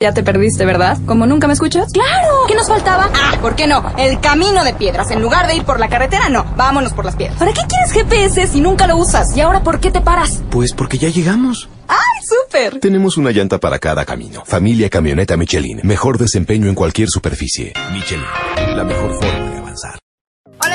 Ya te perdiste, ¿verdad? ¿Como nunca me escuchas? ¡Claro! ¿Qué nos faltaba? Ah, ¿por qué no? El camino de piedras. En lugar de ir por la carretera, no. Vámonos por las piedras. ¿Para qué quieres GPS si nunca lo usas? ¿Y ahora por qué te paras? Pues porque ya llegamos. ¡Ay, súper! Tenemos una llanta para cada camino. Familia Camioneta Michelin. Mejor desempeño en cualquier superficie. Michelin. La mejor forma de avanzar. Hola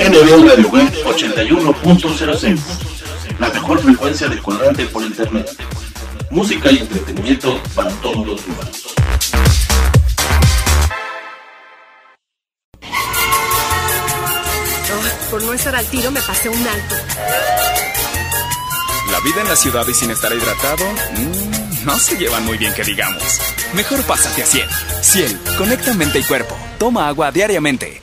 NB Radio Web 81.06 La mejor frecuencia de cuadrante por internet. Música y entretenimiento para todos los humanos. Oh, por no estar al tiro me pasé un alto. La vida en la ciudad y sin estar hidratado, mmm, no se llevan muy bien que digamos. Mejor pásate a Ciel. Ciel, conecta mente y cuerpo. Toma agua diariamente.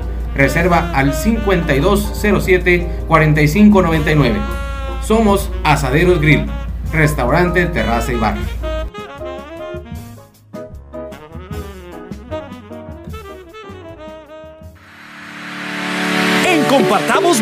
Reserva al 5207-4599. Somos Asaderos Grill, restaurante, terraza y bar. Compartamos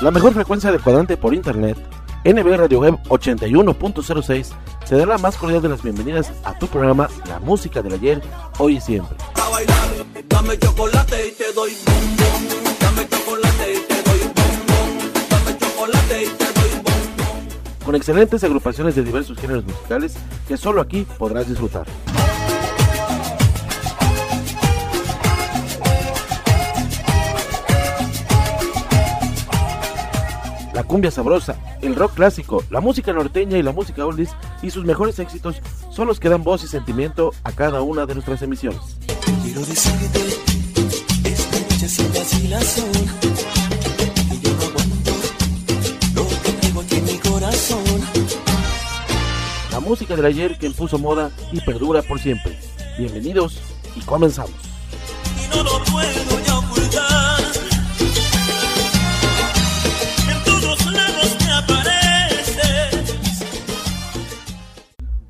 La mejor frecuencia de cuadrante por internet, NB Radio Web 81.06, se da la más cordial de las bienvenidas a tu programa La Música del Ayer, Hoy y Siempre. Dame chocolate y te doy bombón. Dame chocolate y te doy bombón. Dame chocolate y te doy bombón. Con excelentes agrupaciones de diversos géneros musicales que solo aquí podrás disfrutar. la cumbia sabrosa, el rock clásico, la música norteña y la música oldies y sus mejores éxitos son los que dan voz y sentimiento a cada una de nuestras emisiones. Quiero decirte esta noche sin vacilación que yo no aguanto lo que tengo aquí en mi corazón. La música del ayer que impuso moda y perdura por siempre. Bienvenidos y comenzamos. Y no lo puedo ya ocultar. En todos lados te aparece.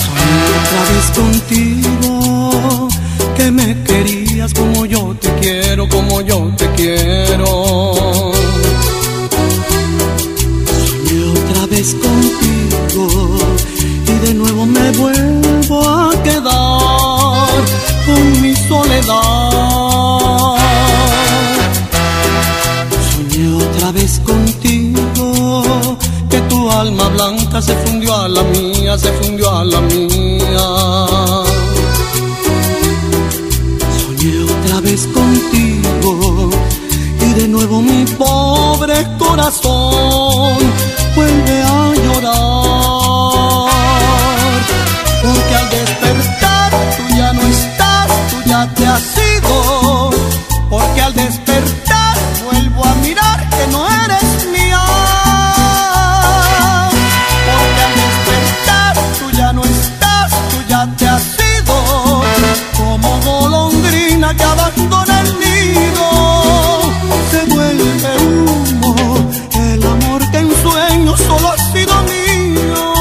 Soñé otra vez contigo que me querías como yo te quiero, como yo te quiero. Soñé otra vez contigo y de nuevo me vuelvo a quedar con mi soledad. Soñé otra vez contigo que tu alma blanca se fundió a la mía, se fundió a la mía. Soñé otra vez contigo y de nuevo mi pobre corazón vuelve a llorar. Porque al despertar tú ya no estás, tú ya te has ido. Porque al despertar vuelvo a mirar que no eres mía. Porque al despertar tú ya no estás, tú ya te has ido, como golondrina que abandona el nido. Se vuelve humo el amor que en sueños solo ha sido mío.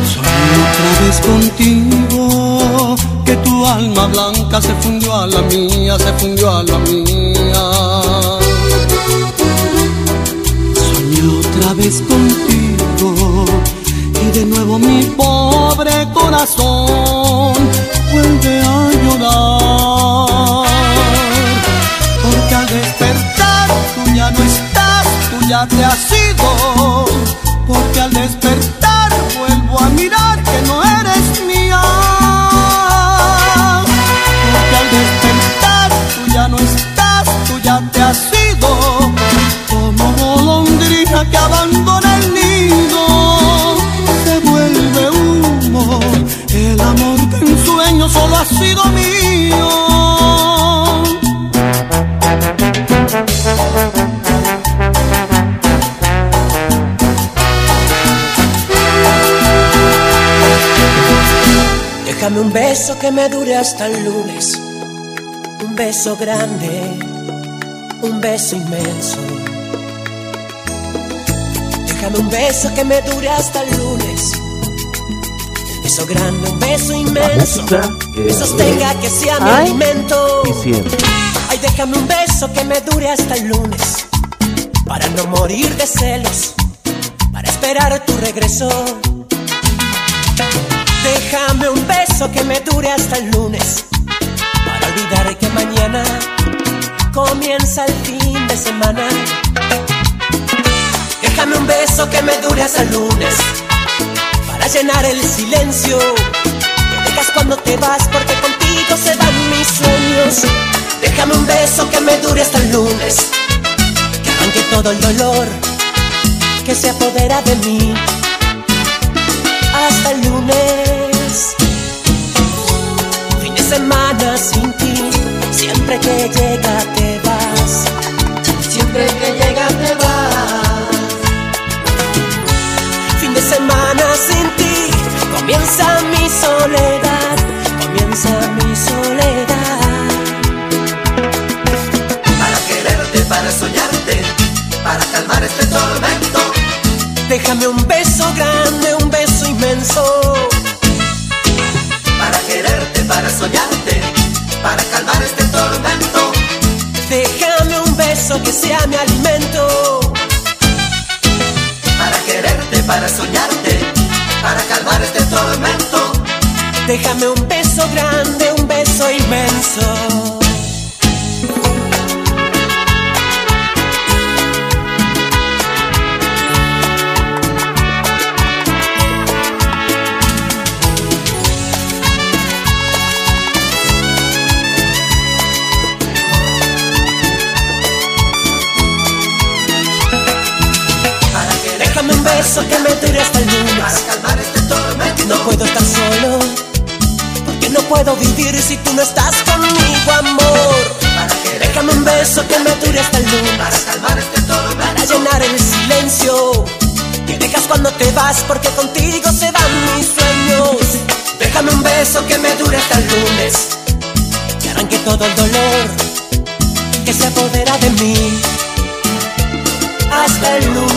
otra vez contigo que tu alma blanca se fundió a la mía, se fundió a la mía. Soñé otra vez contigo y de nuevo mi pobre corazón vuelve a llorar. Porque al despertar tú ya no estás, tú ya te has ido. Porque al despertar vuelvo a mirar que no eres mía. Porque al despertar tú ya no estás, tú ya te has ido. Como golondrina que abandona el nido, se vuelve humo. El amor que en sueño solo ha sido mío. Déjame un beso que me dure hasta el lunes, un beso grande, un beso inmenso. Déjame un beso que me dure hasta el lunes, un beso grande, un beso inmenso. Me sostenga que sea mi Ay. alimento. y siempre. Ay, déjame un beso que me dure hasta el lunes, para no morir de celos, para esperar tu regreso. Déjame un beso que me dure hasta el lunes, para olvidar que mañana comienza el fin de semana. Déjame un beso que me dure hasta el lunes, para llenar el silencio que dejas cuando te vas, porque contigo se van mis sueños. Déjame un beso que me dure hasta el lunes, que arranque todo el dolor que se apodera de mí. Hasta el lunes, fin de semana sin ti, siempre que llega te vas, siempre que llega te vas. Fin de semana sin ti, comienza mi soledad, comienza mi soledad. Para quererte, para soñarte, para calmar este tormento. Déjame un beso grande, un beso inmenso. Para quererte, para soñarte, para calmar este tormento. Déjame un beso que sea mi alimento. Para quererte, para soñarte, para calmar este tormento. Déjame un beso grande, un beso inmenso. Déjame un beso que me dure hasta el lunes. Para calmar este tormento. No puedo estar solo, porque no puedo vivir si tú no estás conmigo, amor. Déjame un beso que me dure hasta el lunes. Calmar este tormento. Para llenar el silencio que dejas cuando te vas, porque contigo se van mis sueños. Déjame un beso que me dure hasta el lunes. Que arranque todo el dolor que se apodera de mí. Hasta el lunes.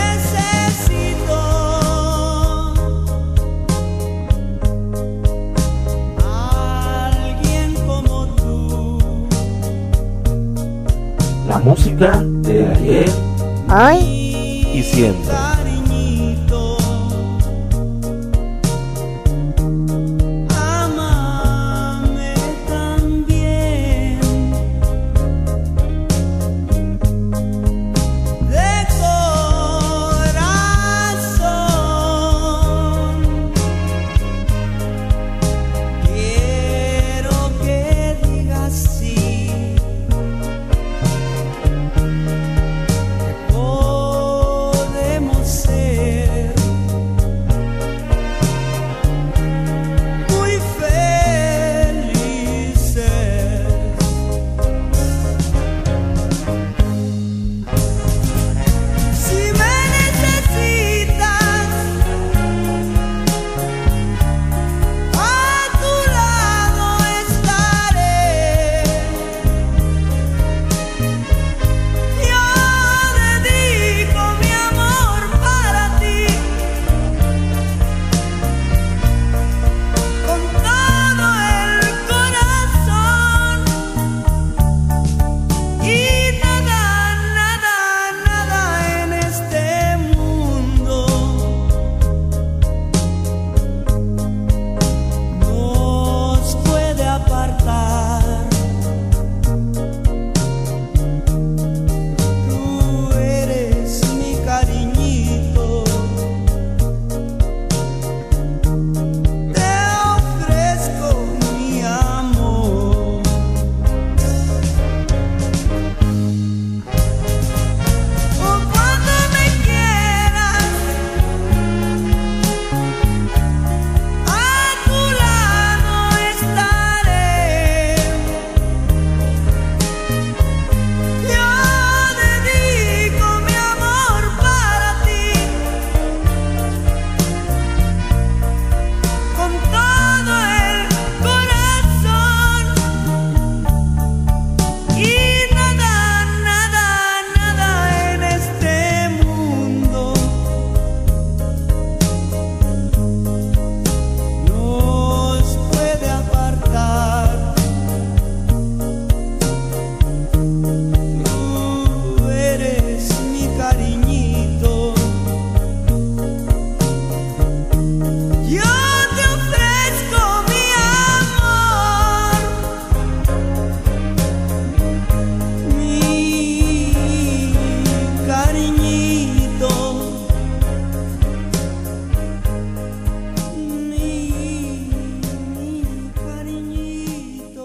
Necesito alguien como tú. La música de ayer Hoy y siempre. Amame también. De corazón. Quiero que digas sí. Podemos ser muy felices. Si me necesitas a tu lado estaré. Yo dedico mi amor para ti, con todo el corazón y nada, nada, nada en este mundo nos puede apartar. Tú eres mi cariñito, te ofrezco mi amor. Oh, cuando me quieras a tu lado estaré. Yo dedico mi amor para ti, con todo el corazón y nada, nada, nada en este mundo nos puede apartar. Tú eres mi cariñito, yo te ofrezco mi amor, mi cariñito, mi mi cariñito.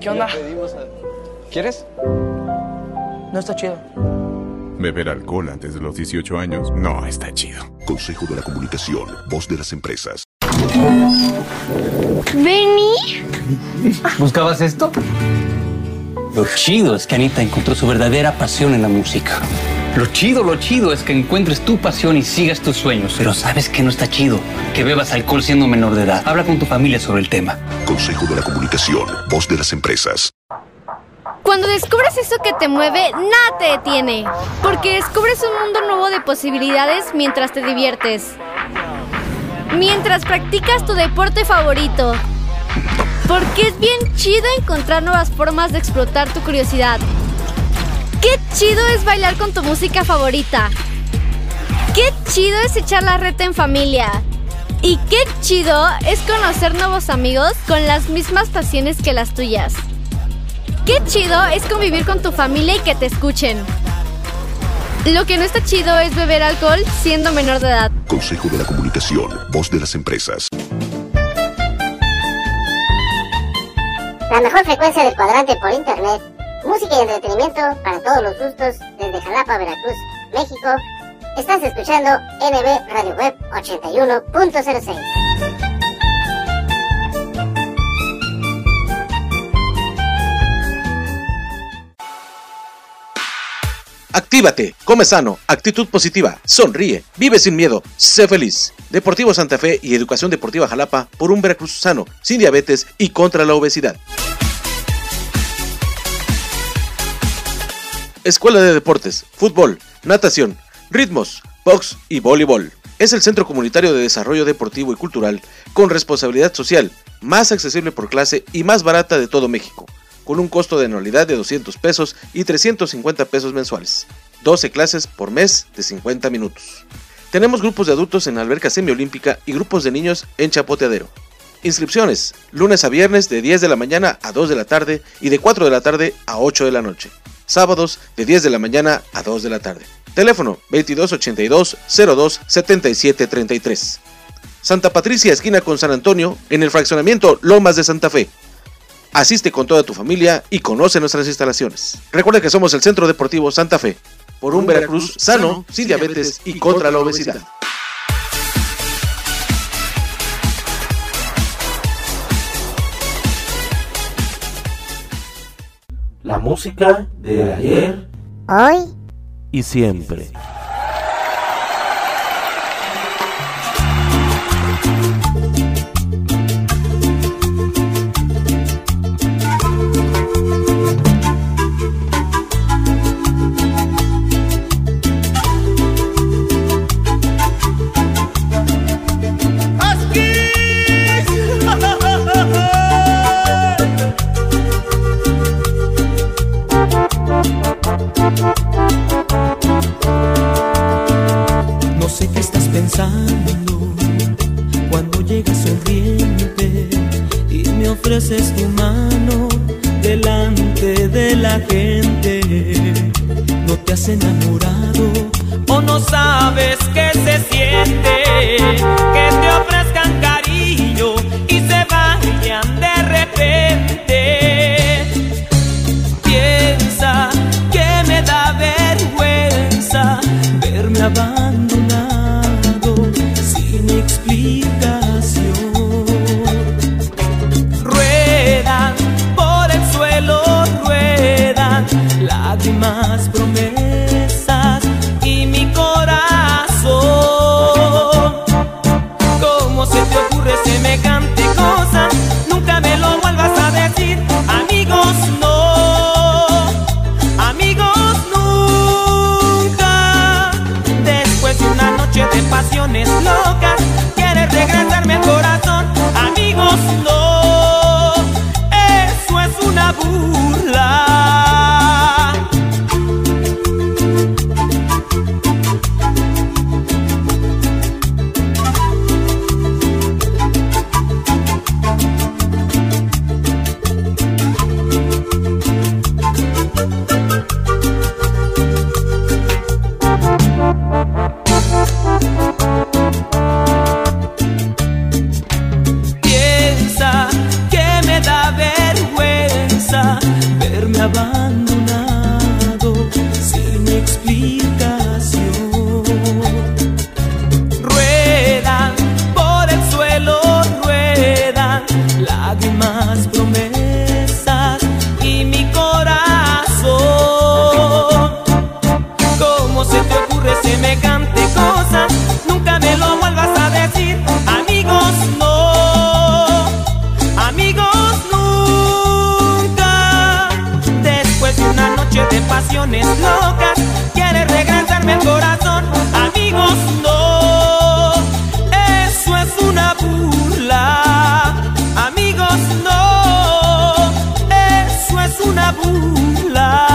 ¿Qué onda? ¿Quieres? No está chido. Beber alcohol antes de los 18 años no está chido. Consejo de la Comunicación, voz de las empresas. ¿Benny? ¿Buscabas esto? Lo chido es que Anita encontró su verdadera pasión en la música. Lo chido, lo chido es que encuentres tu pasión y sigas tus sueños. Pero sabes que no está chido que bebas alcohol siendo menor de edad. Habla con tu familia sobre el tema. Consejo de la Comunicación, voz de las empresas. Cuando descubres eso que te mueve, nada te detiene, porque descubres un mundo nuevo de posibilidades mientras te diviertes, mientras practicas tu deporte favorito, porque es bien chido encontrar nuevas formas de explotar tu curiosidad. Qué chido es bailar con tu música favorita. Qué chido es echar la reta en familia. Y qué chido es conocer nuevos amigos con las mismas pasiones que las tuyas. Qué chido es convivir con tu familia y que te escuchen. Lo que no está chido es beber alcohol siendo menor de edad. Consejo de la Comunicación, voz de las empresas. La mejor frecuencia del cuadrante por internet. Música y entretenimiento para todos los gustos desde Jalapa, Veracruz, México. Estás escuchando NB Radio Web 81.06. Actívate, come sano, actitud positiva, sonríe, vive sin miedo, sé feliz. Deportivo Santa Fe y Educación Deportiva Jalapa por un Veracruz sano, sin diabetes y contra la obesidad. Escuela de Deportes, Fútbol, Natación, Ritmos, Box y Voleibol. Es el Centro Comunitario de Desarrollo Deportivo y Cultural con responsabilidad social, más accesible por clase y más barata de todo México con un costo de anualidad de 200 pesos y 350 pesos mensuales. 12 clases por mes de 50 minutos. Tenemos grupos de adultos en alberca semiolímpica y grupos de niños en chapoteadero. Inscripciones, lunes a viernes de 10 de la mañana a 2 de la tarde y de 4 de la tarde a 8 de la noche. Sábados de 10 de la mañana a 2 de la tarde. Teléfono 2282-02-7733. Santa Patricia, esquina con San Antonio, en el fraccionamiento Lomas de Santa Fe. Asiste con toda tu familia y conoce nuestras instalaciones. Recuerda que somos el Centro Deportivo Santa Fe, por un Veracruz sano, sin diabetes y contra la obesidad. La música de ayer, hoy y siempre. No sé qué estás pensando cuando llegas sonriente y me ofreces tu mano delante de la gente. No te has enamorado o no sabes qué se siente que te ofrezcan cariño y se vayan de repente. Piensa que me da vergüenza verme abandonado sin explicación. Ruedan por el suelo, ruedan lágrimas, promesas y mi corazón. ¿Cómo se te ocurre semejante cosa? Nunca me lo vuelvas a decir. pasiones locas. Quieres regresarme el corazón, amigos, no. Eso es una burla, amigos, no. Eso es una burla.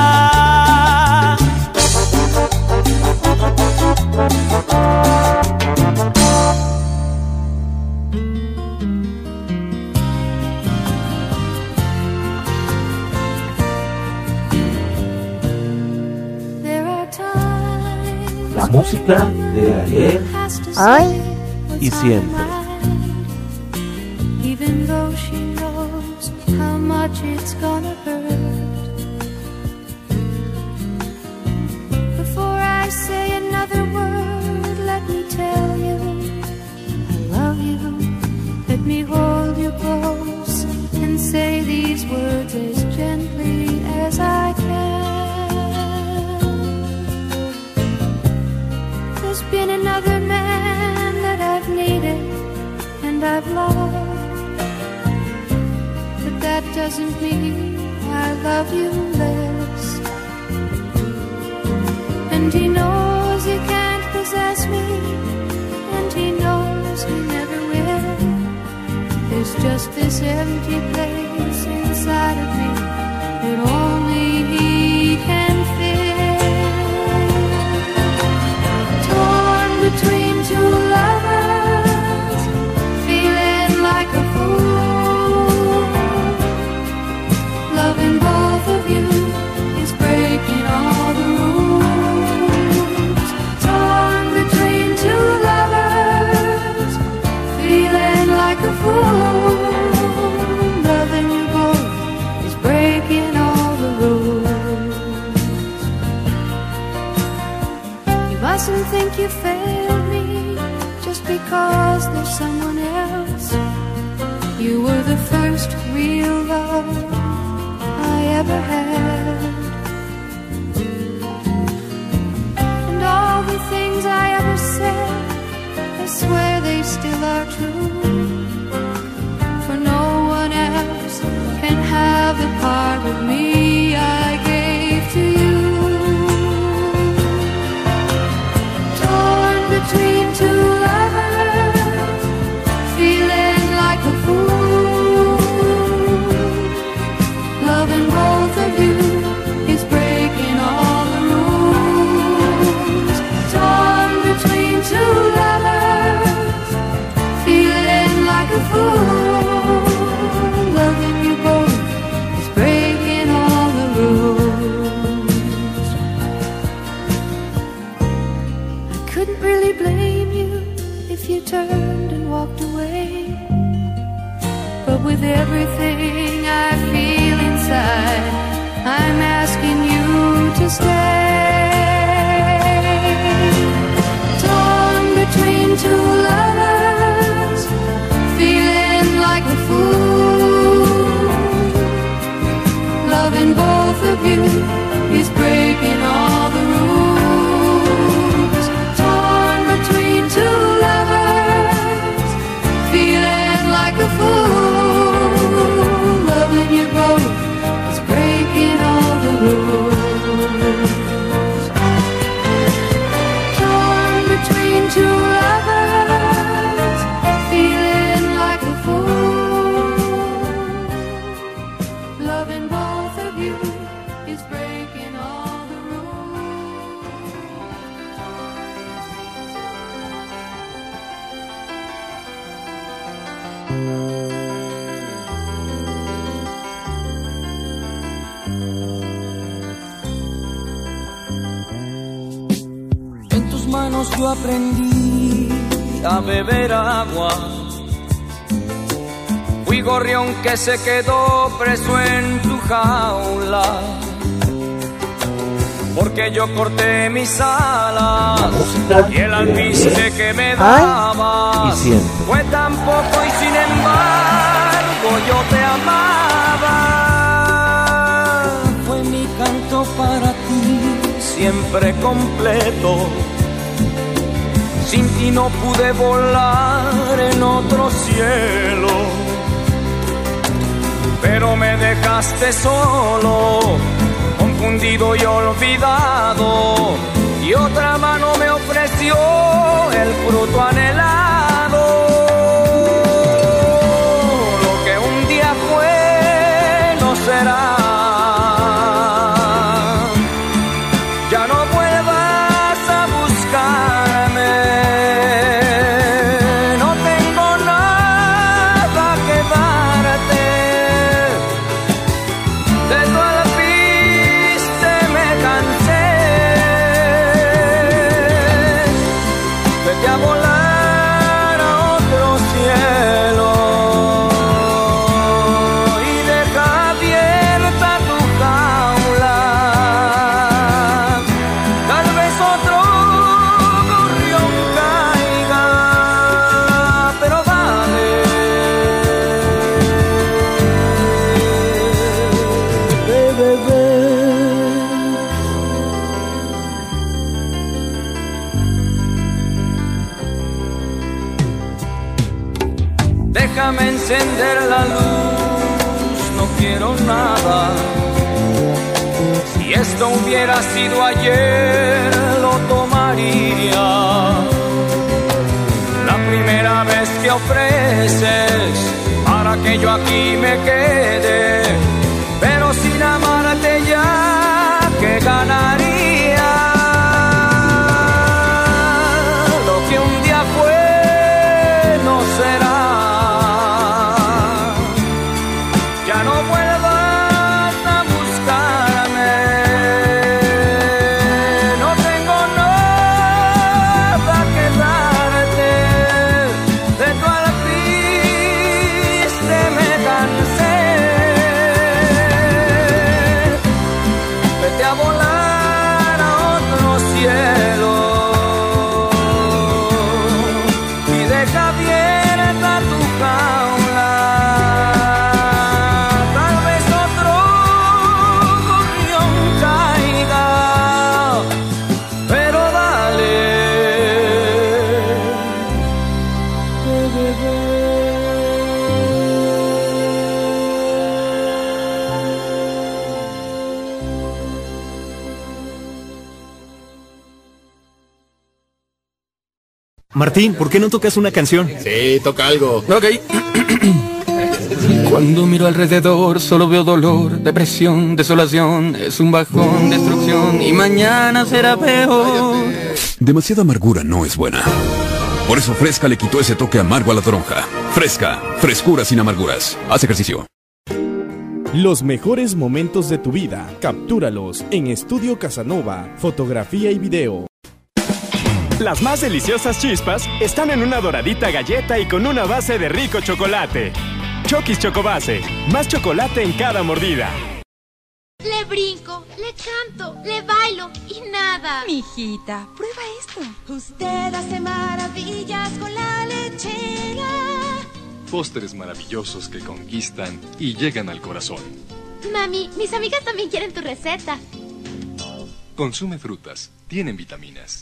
La música de ayer Hoy. y siempre. Even though she knows how much it's gonna hurt. Before I say another word, let me tell you I love you. Let me hold you close and say these words as gently as I can. There's been another man that I've needed and I've loved. But that doesn't mean I love you less. And he knows he can't possess me, and he knows he never will. There's just this empty place inside of me that only he can fill. Torn between two lovers, feeling like a fool. Loving both of you is breaking all the rules. Torn between two lovers, feeling like a fool. Loving you both is breaking all the rules. You mustn't think you failed me just because there's someone else. You were the first real love I ever had. And all the things I ever said, I swear they still are true. For no one else can have the part of me I gave to you torn between two lovers, feeling like a fool. Loving both of you is breaking all the rules. Torn between two lovers, feeling like a fool. Loving you both is breaking all the rules. couldn't really blame you if you turned and walked away. But with everything I feel inside, I'm asking you to stay. Torn between two lovers, feeling like a fool. Loving both of you is breaking all the rules. Torn between two lovers, feeling like a fool. Loving you both is breaking all the rules. Torn between two lovers, feeling like a fool. Loving both of you is breaking all the En tus manos yo aprendí a beber agua. Fui gorrión que se quedó preso en tu jaula. Porque yo corté mis alas y el alpiste que me daba Y siempre. fue tan poco y sin embargo yo te amaba. Fue mi canto para ti, siempre completo. Sin ti no pude volar en otro cielo, pero me dejaste solo con confundido y olvidado. Y otra mano me ofreció el fruto anhelado. Lo que un día fue no será. Ya no vuelvas a buscarme. No tengo nada que darte. De tu alpiste me cansé. Vete a volar a otro cielo y deja abierta tu jaula. Tal vez otro gorrión caiga, pero dale. de beber. Déjame encender la luz, no quiero nada. Si esto hubiera sido ayer, lo tomaría. La primera vez que ofreces para que yo aquí me quede, pero sin amarte ya, que ganaría? Lo que un día fue no será. Ya no vuelvas a buscarme. No tengo nada que darte. De tu alpiste me cansé. Vete a volar a otro cielo y deja abierta tu jaula. Tal vez otro gorrión caiga, pero dale. Martín, ¿por qué no tocas una canción? Sí, toca algo. Ok. Cuando miro alrededor solo veo dolor, depresión, desolación, es un bajón, destrucción y mañana será peor. Demasiada amargura no es buena. Por eso Fresca le quitó ese toque amargo a la toronja. Fresca, frescura sin amarguras. Haz ejercicio. Los mejores momentos de tu vida, captúralos en Estudio Casanova, fotografía y video. Las más deliciosas chispas están en una doradita galleta y con una base de rico chocolate. Chokis Chocobase, más chocolate en cada mordida. Le brinco, le canto, le bailo y nada. Mijita, prueba esto. Usted hace maravillas con la lechera. Pósteres maravillosos que conquistan y llegan al corazón. Mami, mis amigas también quieren tu receta. Consume frutas, tienen vitaminas.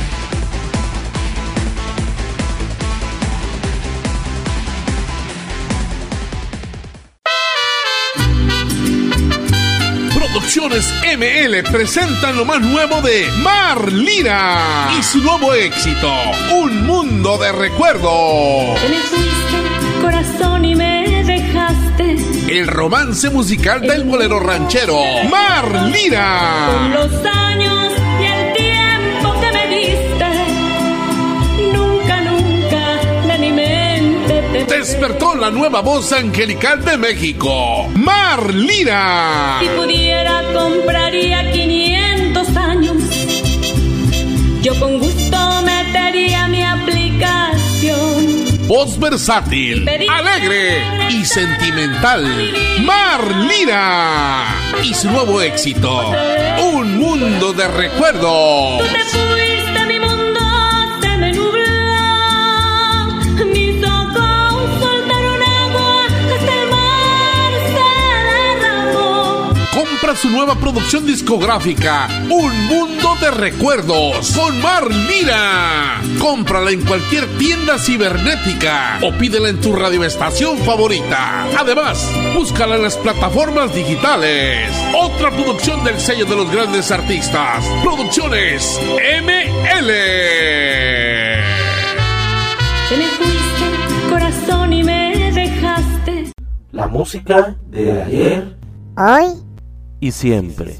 Producciones ML presentan lo más nuevo de Mar Lira y su nuevo éxito, Un Mundo de Recuerdo. Te me fuiste, corazón, y me dejaste. El romance musical del bolero ranchero, Mar Con Lira. los años y el tiempo que me diste, nunca, nunca de mi mente te Despertó la nueva voz angelical de México, Mar Lira. Si pudiera compraría 500 años. Yo con gusto metería mi aplicación. Voz versátil, alegre y sentimental. Mar Lira y su nuevo éxito, Un Mundo de Recuerdos. Te fuiste, mi mundo se me nubló. Mis ojos soltaron agua hasta el mar se derramó. Compra su nueva producción discográfica, Un Mundo de Recuerdos, con Mar Lira. Cómprala en cualquier tienda cibernética o pídela en tu radioestación favorita. Además, búscala en las plataformas digitales. Otra producción del sello de los grandes artistas, Producciones ML. Te me fuiste, corazón, y me dejaste. La música de ayer, Hoy. y siempre.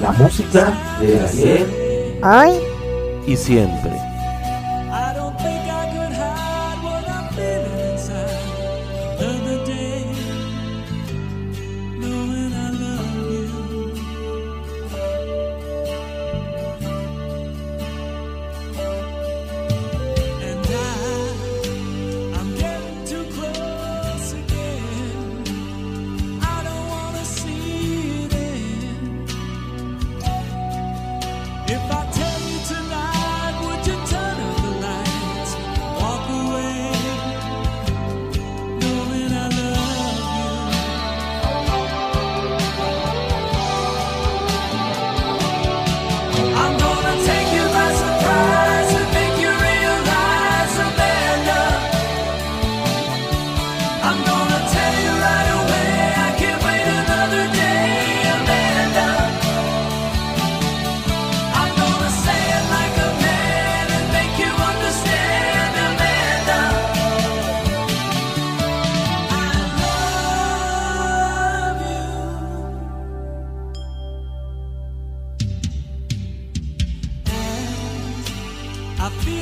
La música de ayer, Hoy. y siempre. If I tell you tonight, would you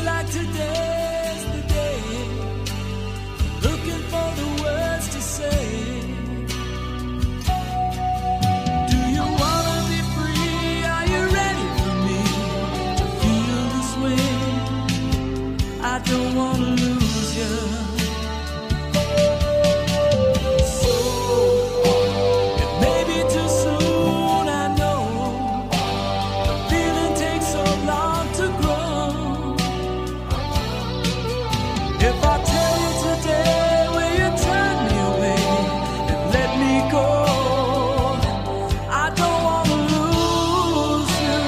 like today's the day. Looking for the words to say. Do you wanna be free? Are you ready for me to feel this way? I don't wanna lose you. So it may be too soon, I know. Feeling takes so long to grow. If I tell you today, will you turn me away and let me go? I don't wanna lose you.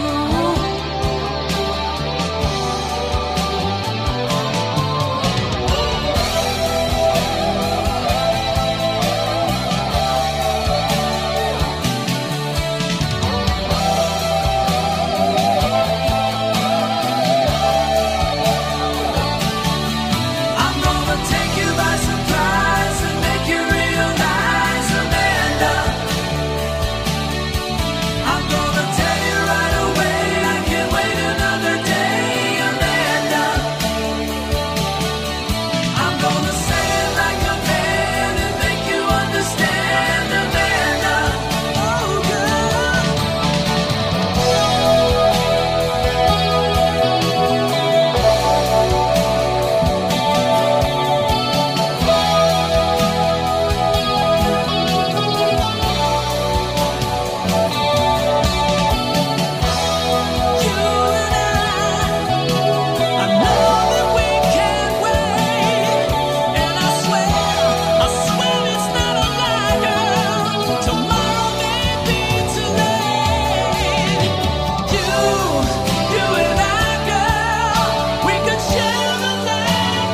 I'm gonna take you by surprise and make you realize, Amanda. I'm gonna tell you right away I can't wait another day, Amanda. I'm gonna say it like a man and make you understand, Amanda. Oh, girl.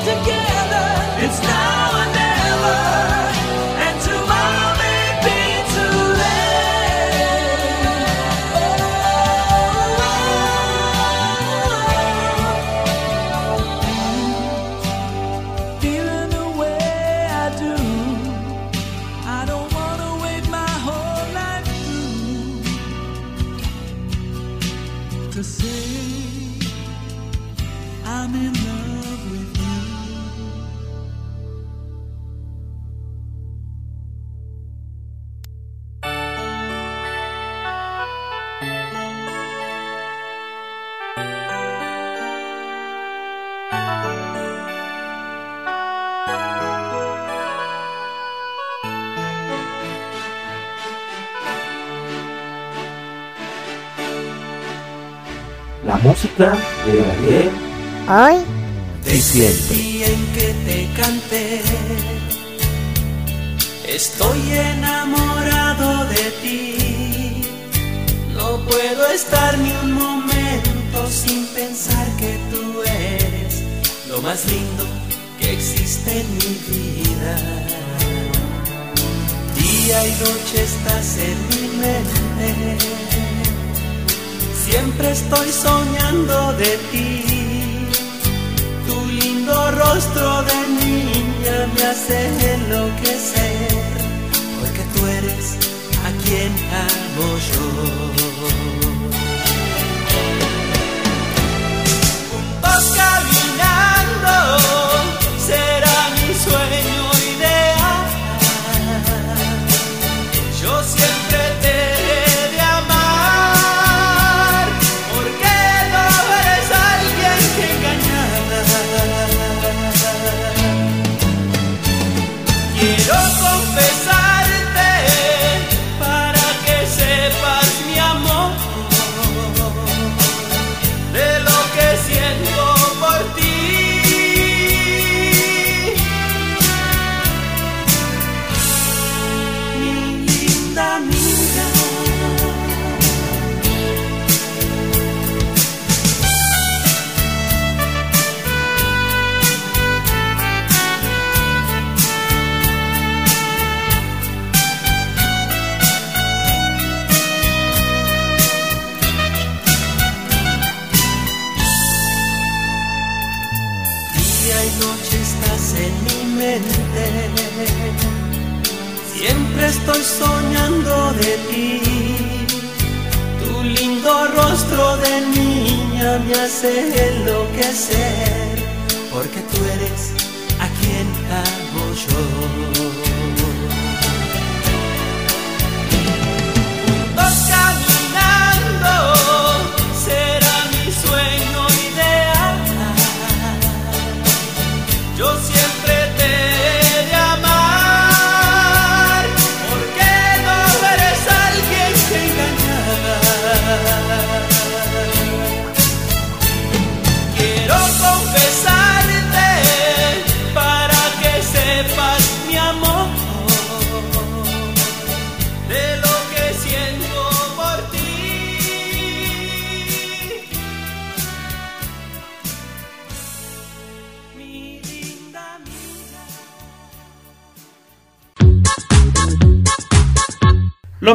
It's now or never, and tomorrow may be too late. Feeling the way I do, I don't wanna wait my whole life through to say I'm in love with you. La música de ayer, hoy y siempre. día en que te canté. Estoy enamorado de ti. No puedo estar ni un momento sin pensar que tú eres lo más lindo que existe en mi vida. Día y noche estás en mi mente. Siempre estoy soñando de ti. Tu lindo rostro de niña me hace enloquecer, porque tú eres a quien amo yo. Juntos caminando será mi sueño ideal. Yo siempre te he de amar, porque no eres alguien que engañar. Quiero confesarte para que sepas mi amor, de lo que siento por ti. Mi linda amiga. Día y noche estás en mi mente. Siempre estoy soñando de ti. Tu lindo rostro de niña me hace enloquecer, porque tú eres a quien amo yo. Dos caminando será mi sueño ideal. Yo siempre te he de amar, porque no eres alguien que engañar. Quiero confesarte para que sepas mi amor de lo que siento por ti. Mi linda amiga. Lo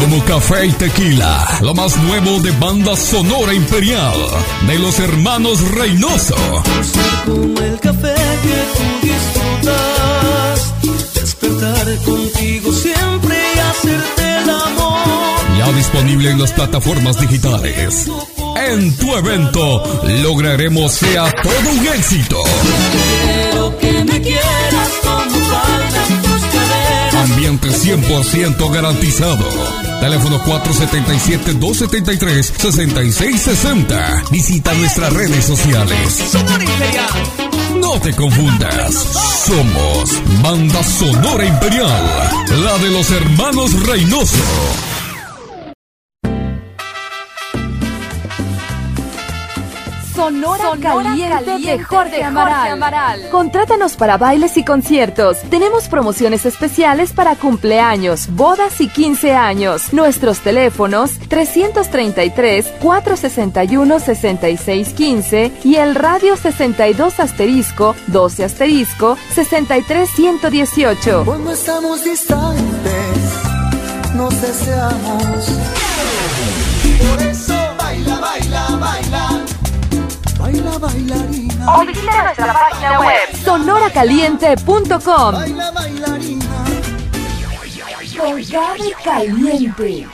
Como café y tequila, lo más nuevo de banda sonora imperial de los hermanos Reynoso. Como el café que tú disfrutas, despertar contigo siempre y hacerte el amor. Ya disponible en las plataformas digitales. En tu evento lograremos sea todo un éxito. Quiero que me quieras como faltan tus caderas. Ambiente 100% garantizado. Teléfono 477-273-6660. Visita nuestras redes sociales. Sonora Imperial. No te confundas. Somos Banda Sonora Imperial, la de los hermanos Reynoso. Sonora, Caliente, de Jorge, Amaral. Contrátanos para bailes y conciertos. Tenemos promociones especiales para cumpleaños, bodas y 15 años. Nuestros teléfonos 333-461-6615 y el radio 62 asterisco 12 asterisco 63118. Cuando estamos distantes, nos deseamos. Por eso baila, baila, baila. Baila, bailarina. O visita nuestra página web. sonoracaliente.com. Con Gaby Caliente.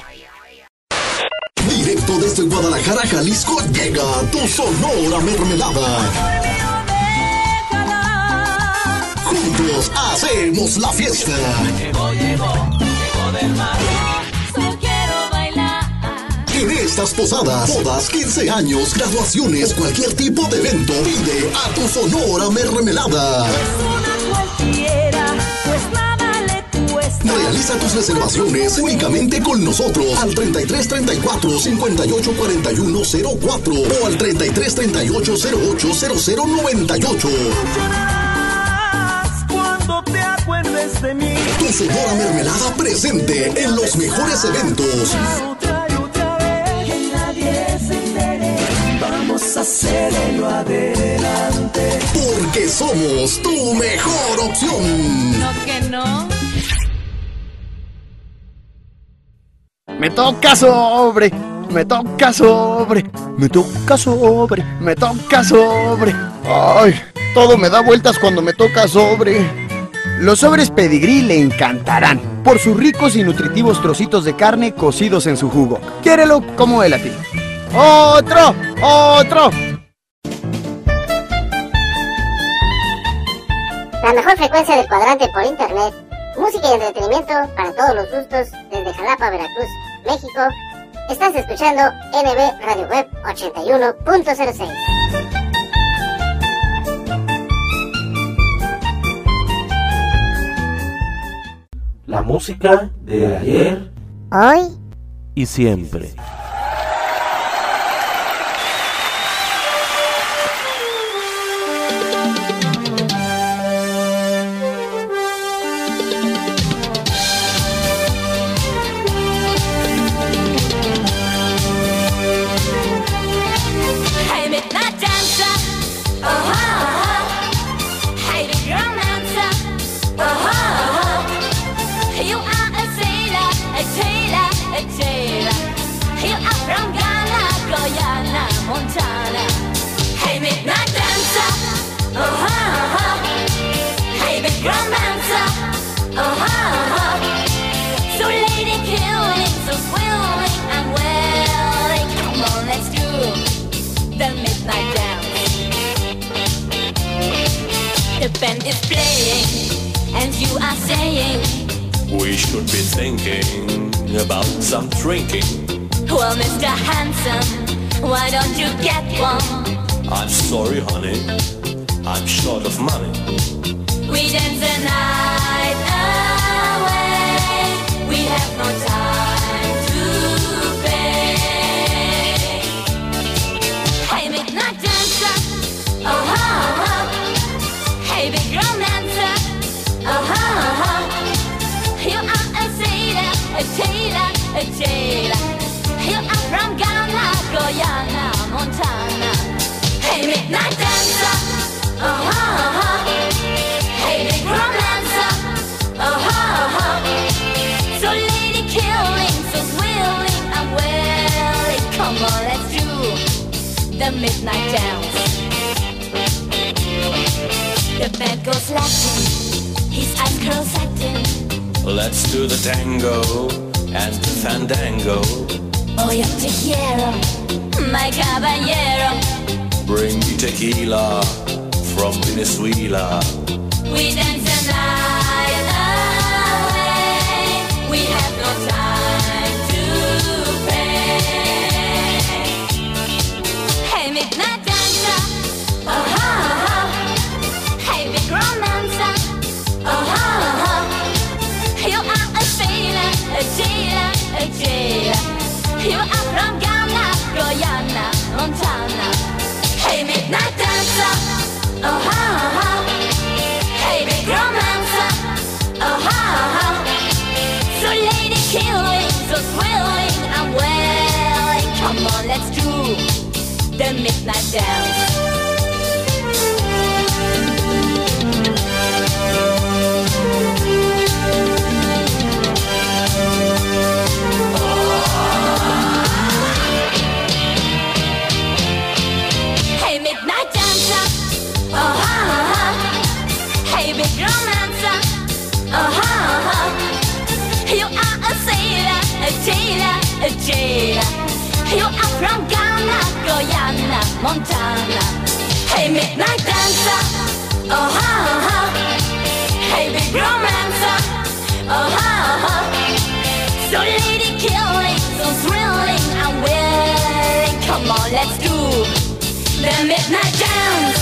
Directo desde Guadalajara, Jalisco, llega tu Sonora Mermelada. Juntos hacemos la fiesta. En estas posadas, bodas, 15 años, graduaciones, cualquier tipo de evento, pide a tu Sonora Mermelada. pues Realiza tus reservaciones únicamente con nosotros al 33 34 58 41 04 o al 33 38 08 00 98. Cuando te acuerdes de mí. Tu Sonora Mermelada presente en los mejores eventos. Otra y otra vez. Que nadie se entere. Vamos a hacerlo adelante. Porque somos tu mejor opción. que no. Me toca sobre, me toca sobre, me toca sobre, me toca sobre. Ay, todo me da vueltas cuando me toca sobre. Los sobres pedigrí le encantarán por sus ricos y nutritivos trocitos de carne cocidos en su jugo. Quiérelo como él a ti. ¡Otro! ¡Otro! La mejor frecuencia del cuadrante por internet. Música y entretenimiento para todos los gustos desde Jalapa, Veracruz, México. Estás escuchando NB Radio Web 81.06. La música de ayer Hoy. y siempre. Uh-huh. Uh-huh. Uh-huh. romanza. Uh-huh, uh-huh. So lady killing, so swilling and willing. Come on, let's do the midnight dance. The band is playing and you are saying, We should be thinking about some drinking. Well, Mr. Handsome, why don't you get one? I'm sorry, honey. I'm short of money. We dance the night away. We have no time to pay. Hey, midnight dancer, oh ha oh, ha. Hey, big romancer, oh ha oh, ha. You are a sailor, a tailor, a jailer. You are from Ghana, Guyana, Montana. Hey, midnight dancer, oh ha oh, ha. Hey, big romancer, oh ha oh, ha. So lady killing, so swilling and wailing. Come on, let's do the midnight dance. The bed goes Latin, his eyes curl satin. Let's do the tango and the fandango. Oye, te quiero, my caballero. Bring me tequila from Venezuela. We dance the night away. We have no time to pay. Hey, midnight dancer. Oh, ha, oh, ha. Hey, big romancer. Oh, ha, oh, ha. You are a sailor, a jailer, a jailer. You are from Ghana, Guyana, Montana. Hey, midnight dancer. Oh, ha, oh, ha. Hey, big romancer. Oh, ha, oh, ha. So lady killing, so swilling and wailing. Come on, let's do the midnight dance. Hey, midnight dancer. Oh, ha, oh, ha. Hey, big romancer. Oh, ha, oh, ha. You are a sailor, a jailer, a jailer. You are from Ghana, Guyana, Montana. Hey, midnight dancer. Oh, ha, oh, ha. Hey, big romancer. Oh, ha, oh, ha. So lady killing, so thrilling and willing. Come on, let's do the midnight dance.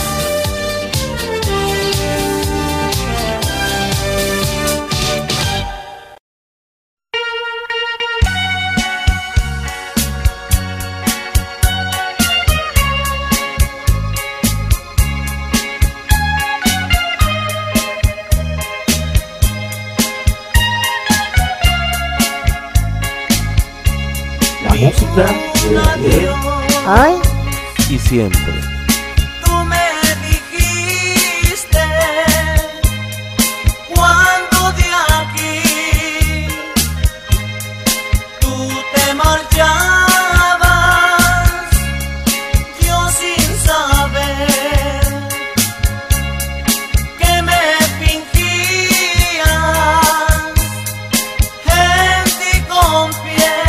La música de ayer Hoy y siempre. tú me dijiste cuando de aquí tú te marchabas, yo sin saber que me fingías, en ti confié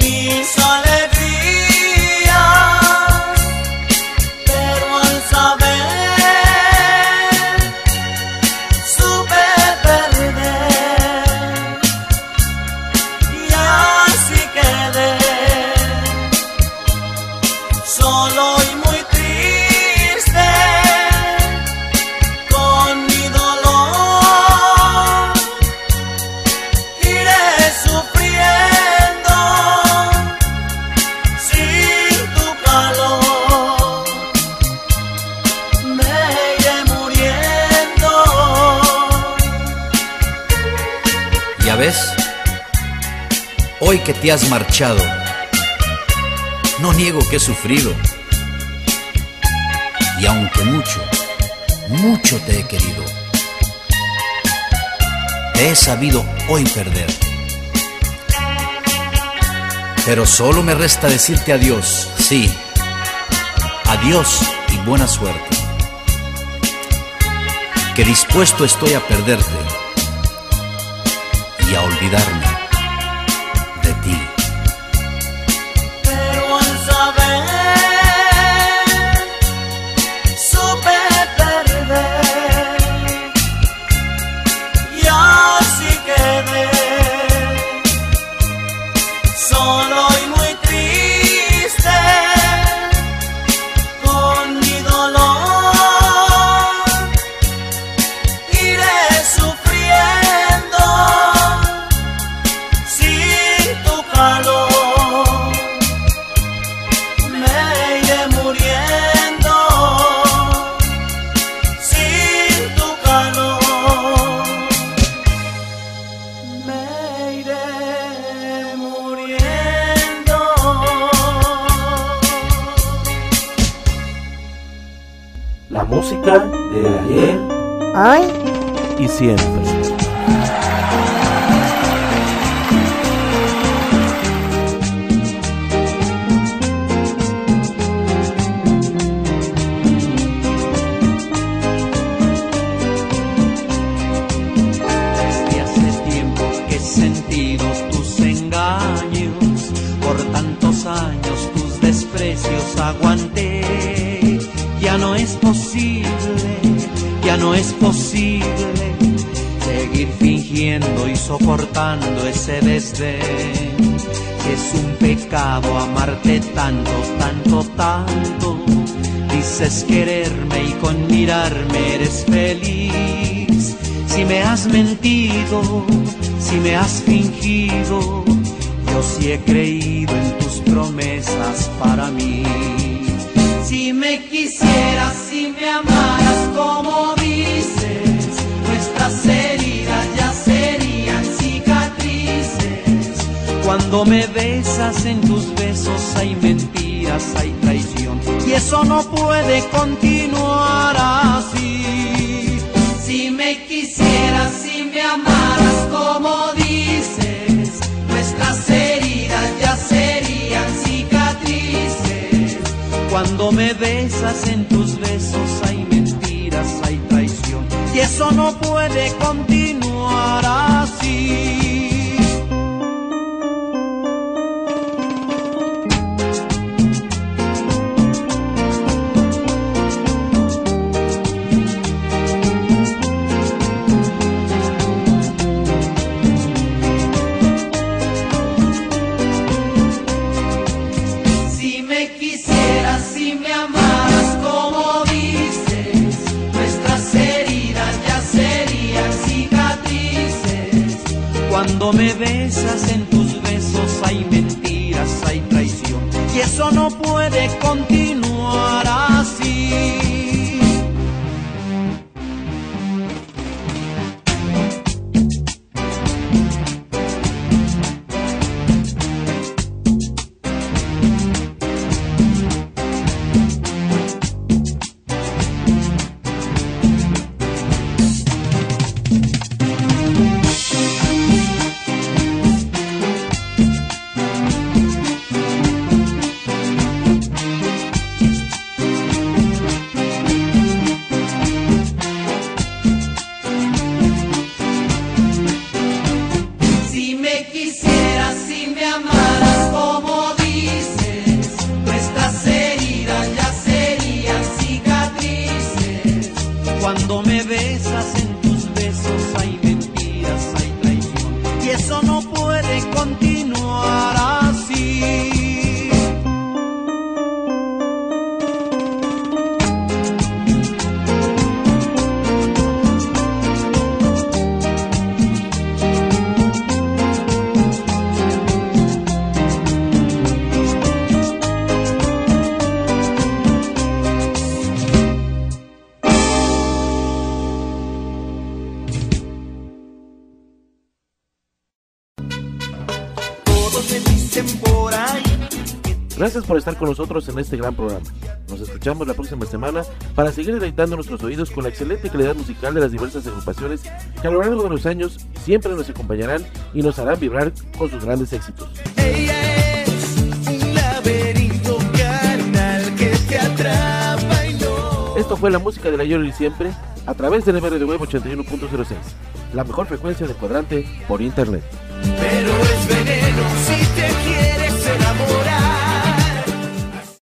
mis alegrías, pero al saber supe perder y así quedé solo y muy triste con mi dolor iré sufriendo sin tu calor me iré muriendo ¿Ya ves? Hoy que te has marchado, no niego que he sufrido. Y aunque mucho, mucho te he querido, te he sabido hoy perder. Pero solo me resta decirte adiós, sí, adiós y buena suerte. que dispuesto estoy a perderte y a olvidarme de ti. Pero al saber, supe perder y así quedé solo y muy triste con mi dolor. Iré sufriendo sin tu calor. Me iré muriendo sin tu calor. Me iré muriendo. La música de ayer, hoy y siempre. Y hace tiempo que he sentido tus engaños, por tantos años tus desprecios aguanté. Ya no es posible, ya no es posible seguir fingiendo y soportando ese desdén. Si es un pecado amarte tanto, tanto, tanto. Dices quererme y con mirarme eres feliz. Si me has mentido, si me has fingido, yo sí he creído en tus promesas para mí. Si me quisieras, si me amaras como dices, nuestras heridas ya serían cicatrices. Cuando me besas en tus besos hay mentiras, hay traición. Y eso no puede continuar así. Si me quisieras, si me amaras como dices, nuestras heridas ya serían cicatrices. Cuando me besas en tus besos hay mentiras, hay traición. Y eso no puede continuar así. Si me quisieras, si me amaras como dices, nuestras heridas ya serían cicatrices. Cuando me besas en tus besos hay mentiras, hay traición. Y eso no puede continuar así. Si me quisieras, si me amaras como dices, nuestras heridas ya serían cicatrices. Cuando me besas en tus besos hay mentiras, hay traición. Y eso no puede continuar así. Todos me dicen por ahí. Gracias por estar con nosotros en este gran programa. Nos escuchamos la próxima semana para seguir deleitando nuestros oídos con la excelente calidad musical de las diversas agrupaciones que a lo largo de los años siempre nos acompañarán y nos harán vibrar con sus grandes éxitos. Ella es un laberinto carnal que te atrapa y no Esto fue la música del ayer y siempre a través del MRD Web 81.06, la mejor frecuencia del cuadrante por internet. Pero es veneno, sí.